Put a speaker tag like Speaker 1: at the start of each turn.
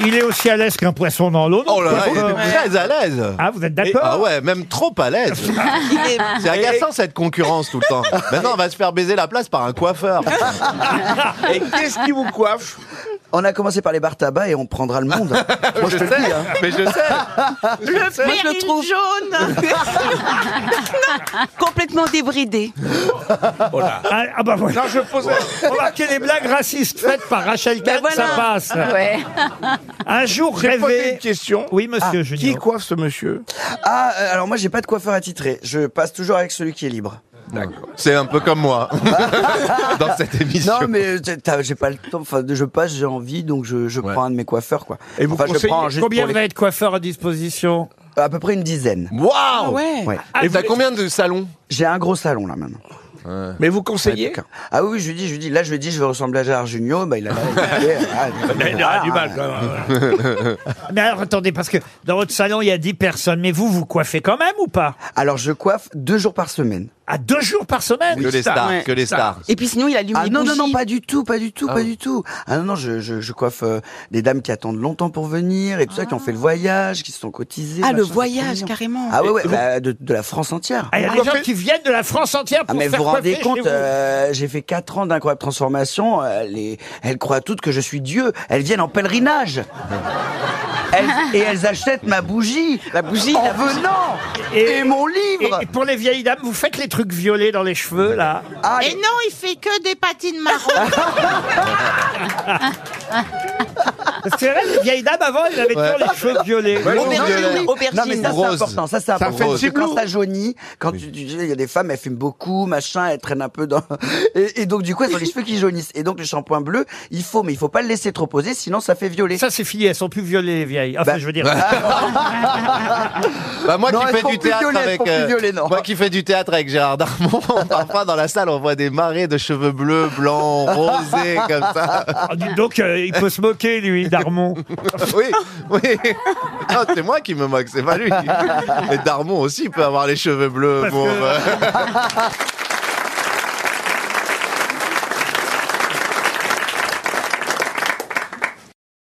Speaker 1: Il est aussi à l'aise qu'un poisson dans l'eau.
Speaker 2: Oh là là,
Speaker 1: donc,
Speaker 2: il était
Speaker 1: euh,
Speaker 2: très à l'aise.
Speaker 1: Ah, vous êtes
Speaker 2: Et-
Speaker 3: Eh,
Speaker 1: d'accord
Speaker 2: Ah ouais, même trop à l'aise. C'est agaçant cette concurrence tout le temps. Maintenant, on va se faire baiser la place par un coiffeur.
Speaker 3: Et qu'est-ce qui vous coiffe
Speaker 4: On a commencé par les bars tabac et on prendra le monde. Moi, je te le dis. hein.
Speaker 2: Mais je sais.
Speaker 5: Le péril jaune Complètement débridé.
Speaker 1: Ah, ah bah voilà.
Speaker 3: Non, je posais.
Speaker 1: Remarquez les blagues racistes faites par Rachel Kahn,
Speaker 5: voilà.
Speaker 1: ça passe.
Speaker 4: Ah
Speaker 6: Ouais.
Speaker 1: Un jour
Speaker 3: J'ai posé une
Speaker 1: rêvé.
Speaker 3: question. Ah,
Speaker 1: Oui, monsieur
Speaker 3: Qui
Speaker 1: Junior.
Speaker 3: coiffe ce monsieur
Speaker 4: Ah, euh, alors moi, j'ai pas de coiffeur attitré. Je passe toujours avec celui qui est libre.
Speaker 2: C'est un peu comme moi dans cette émission.
Speaker 4: Non, mais t'as- t'as- j'ai pas le temps. Enfin, je passe, j'ai envie, donc je, je prends un de mes coiffeurs, quoi.
Speaker 3: Et vous
Speaker 4: Enfin, je
Speaker 3: conseillez-
Speaker 4: prends juste
Speaker 1: Combien
Speaker 4: pour
Speaker 1: vous avez de coiffeurs à disposition
Speaker 4: les- à peu près une dizaine.
Speaker 2: Waouh
Speaker 4: Ah Ouais.
Speaker 2: Et t'as combien de salons
Speaker 4: J'ai un gros salon là maintenant.
Speaker 3: Mais vous conseillez
Speaker 4: Ah oui, je lui dis, je lui dis, là, je lui dis, je vais ressembler à Gérard Junior. Bah, il a Ah,
Speaker 3: Il a du mal quand même.
Speaker 1: Mais alors attendez, parce que dans votre salon, il y a 10 personnes, mais vous, vous coiffez quand même ou pas
Speaker 4: Alors, je coiffe deux jours par semaine.
Speaker 1: À deux jours par semaine Ah,
Speaker 2: Que les
Speaker 3: stars,
Speaker 2: stars,
Speaker 5: ouais.
Speaker 2: que les stars.
Speaker 5: Et puis sinon, il allume
Speaker 4: Ah
Speaker 5: les
Speaker 4: non, non,
Speaker 5: bougies.
Speaker 4: non, pas du tout, pas du tout, pas du tout. Ah non, non, je, je, je coiffe euh, des dames qui attendent longtemps pour venir et tout ça, qui ont fait le voyage, qui se sont cotisées.
Speaker 5: Ah, le
Speaker 4: machin, c'est
Speaker 5: voyage,
Speaker 4: mignon.
Speaker 5: carrément.
Speaker 4: Ah ouais, ouais, bah, de, de la France entière.
Speaker 1: Ah, Il y a des gens qui viennent de la France entière
Speaker 4: Ah
Speaker 1: pour
Speaker 4: mais
Speaker 1: se
Speaker 4: vous
Speaker 1: faire
Speaker 4: vous
Speaker 1: coiffer
Speaker 4: rendez
Speaker 1: chez
Speaker 4: compte,
Speaker 1: vous.
Speaker 4: euh, j'ai fait quatre ans d'incroyable transformation, euh, les- elles croient toutes que je suis Dieu, elles viennent en pèlerinage Elles- Et elles achètent ma bougie La bougie En venant
Speaker 1: Et-
Speaker 4: Et, mon
Speaker 1: Et
Speaker 4: livre
Speaker 1: et pour les vieilles dames, vous faites les trucs violets dans les cheveux, là
Speaker 4: Ah,
Speaker 7: Et non, il fait que des patines marron.
Speaker 1: Parce que c'est vrai, les vieilles dames, avant, elles avaient
Speaker 2: Ouais.
Speaker 1: toujours les cheveux violets.
Speaker 2: Ouais,
Speaker 4: non,
Speaker 2: Aubergine,
Speaker 4: mais-
Speaker 2: oui.
Speaker 4: Non mais ça c'est
Speaker 2: Rose.
Speaker 4: important, ça c'est important.
Speaker 2: fait
Speaker 4: Parce que
Speaker 2: le
Speaker 4: quand ça jaunit, quand tu- tu- il y a des femmes, elles fument beaucoup, machin, elles traînent un peu dans et, et donc du coup elles ont les cheveux qui jaunissent. Et donc le shampoing bleu, il faut, mais il faut pas le laisser trop poser, sinon ça fait violet.
Speaker 1: Ça, c'est fini, elles sont plus violées, les vieilles. Enfin,
Speaker 4: Bah,
Speaker 1: je veux dire.
Speaker 2: Bah moi
Speaker 4: Non,
Speaker 2: qui
Speaker 4: elles
Speaker 2: fais
Speaker 4: font
Speaker 2: du
Speaker 4: plus
Speaker 2: théâtre
Speaker 4: violet, elles
Speaker 2: avec euh,
Speaker 4: font plus violet, non.
Speaker 2: moi qui fais du théâtre avec Gérard Darmon, parfois dans la salle on voit des marées de cheveux bleus, blancs, rosés comme ça.
Speaker 1: Ah, dites donc, euh, il peut se moquer, lui, Darmon.
Speaker 2: Oui, oui. Non, c'est moi qui me moque, c'est pas lui. Et Darmon aussi peut avoir les cheveux bleus.
Speaker 1: Parce
Speaker 2: Bon,
Speaker 1: que-
Speaker 2: bah.